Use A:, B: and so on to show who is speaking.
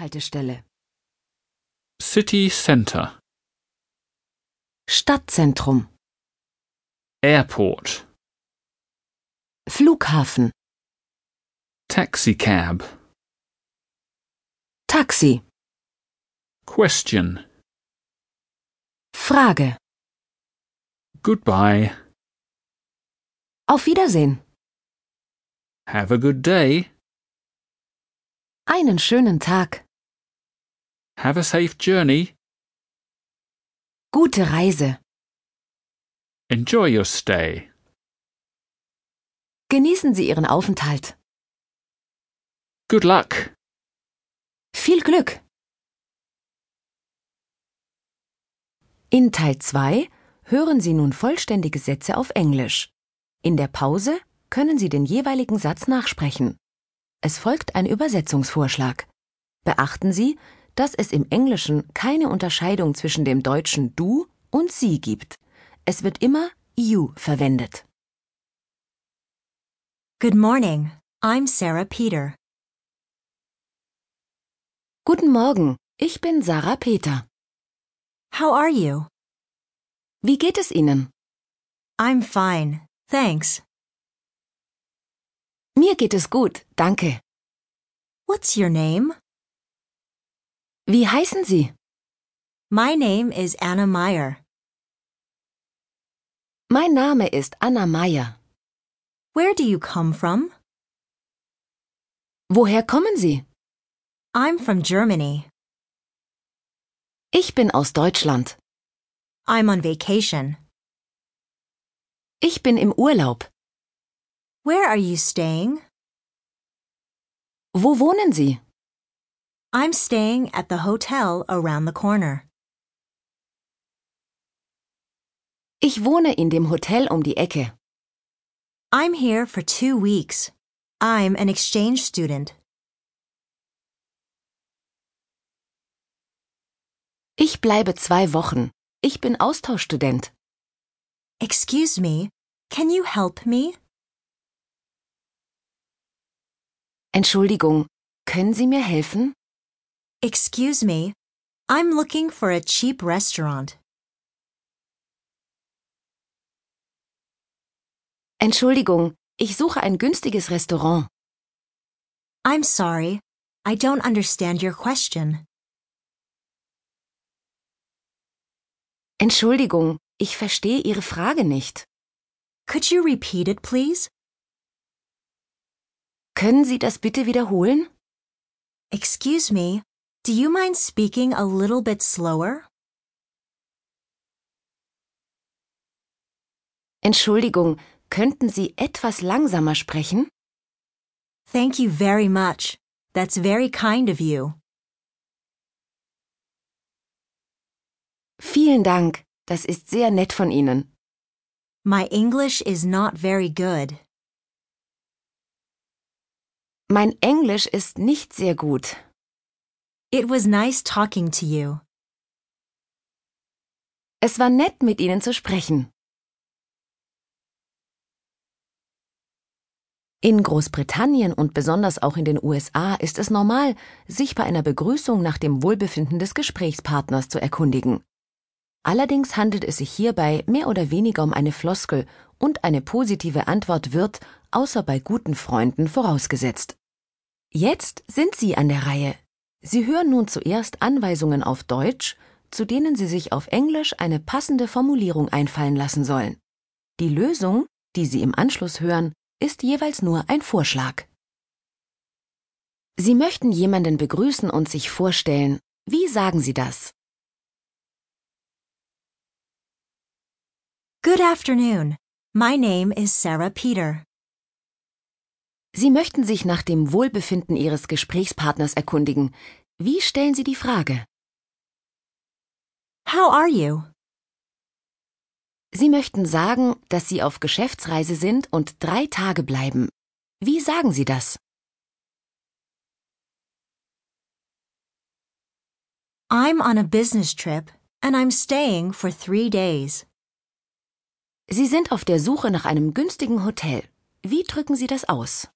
A: Bushaltestelle
B: City Center,
A: Stadtzentrum
B: Airport,
A: Flughafen
B: Taxicab.
A: Taxi
B: Question.
A: Frage
B: Goodbye.
A: Auf Wiedersehen
B: Have a good day.
A: Einen schönen Tag
B: Have a safe journey.
A: Gute Reise
B: Enjoy your stay.
A: Genießen Sie Ihren Aufenthalt
B: Good luck.
A: Viel Glück In Teil 2 hören Sie nun vollständige Sätze auf Englisch. In der Pause können Sie den jeweiligen Satz nachsprechen. Es folgt ein Übersetzungsvorschlag. Beachten Sie, dass es im Englischen keine Unterscheidung zwischen dem deutschen Du und Sie gibt. Es wird immer you verwendet.
C: Good morning. I'm Sarah Peter.
A: Guten Morgen, ich bin Sarah Peter.
C: How are you?
A: Wie geht es Ihnen?
C: I'm fine. Thanks.
A: Mir geht es gut, danke.
C: What's your name?
A: Wie heißen Sie?
C: My name is Anna Meyer.
A: Mein Name ist Anna Meyer.
C: Where do you come from?
A: Woher kommen Sie?
C: I'm from Germany.
A: Ich bin aus Deutschland.
C: I'm on vacation.
A: Ich bin im Urlaub.
C: Where are you staying?
A: Wo wohnen Sie?
C: I'm staying at the hotel around the corner.
A: Ich wohne in dem Hotel um die Ecke.
C: I'm here for two weeks. I'm an exchange student.
A: Ich bleibe zwei Wochen. Ich bin Austauschstudent.
C: Excuse me. Can you help me?
A: Entschuldigung, können Sie mir helfen?
C: Excuse me. I'm looking for a cheap restaurant.
A: Entschuldigung, ich suche ein günstiges Restaurant.
C: I'm sorry. I don't understand your question.
A: Entschuldigung, ich verstehe Ihre Frage nicht.
C: Could you repeat it, please?
A: Können Sie das bitte wiederholen?
C: Excuse me, do you mind speaking a little bit slower?
A: Entschuldigung, könnten Sie etwas langsamer sprechen?
C: Thank you very much. That's very kind of you.
A: Vielen Dank, das ist sehr nett von Ihnen.
C: My English is not very good.
A: Mein Englisch ist nicht sehr gut.
C: It was nice talking to you.
A: Es war nett, mit Ihnen zu sprechen. In Großbritannien und besonders auch in den USA ist es normal, sich bei einer Begrüßung nach dem Wohlbefinden des Gesprächspartners zu erkundigen. Allerdings handelt es sich hierbei mehr oder weniger um eine Floskel und eine positive Antwort wird, außer bei guten Freunden, vorausgesetzt. Jetzt sind Sie an der Reihe. Sie hören nun zuerst Anweisungen auf Deutsch, zu denen Sie sich auf Englisch eine passende Formulierung einfallen lassen sollen. Die Lösung, die Sie im Anschluss hören, ist jeweils nur ein Vorschlag. Sie möchten jemanden begrüßen und sich vorstellen. Wie sagen Sie das?
C: Good afternoon. My name is Sarah Peter.
A: Sie möchten sich nach dem Wohlbefinden Ihres Gesprächspartners erkundigen. Wie stellen Sie die Frage?
C: How are you?
A: Sie möchten sagen, dass Sie auf Geschäftsreise sind und drei Tage bleiben. Wie sagen Sie das?
C: I'm on a business trip and I'm staying for three days.
A: Sie sind auf der Suche nach einem günstigen Hotel. Wie drücken Sie das aus?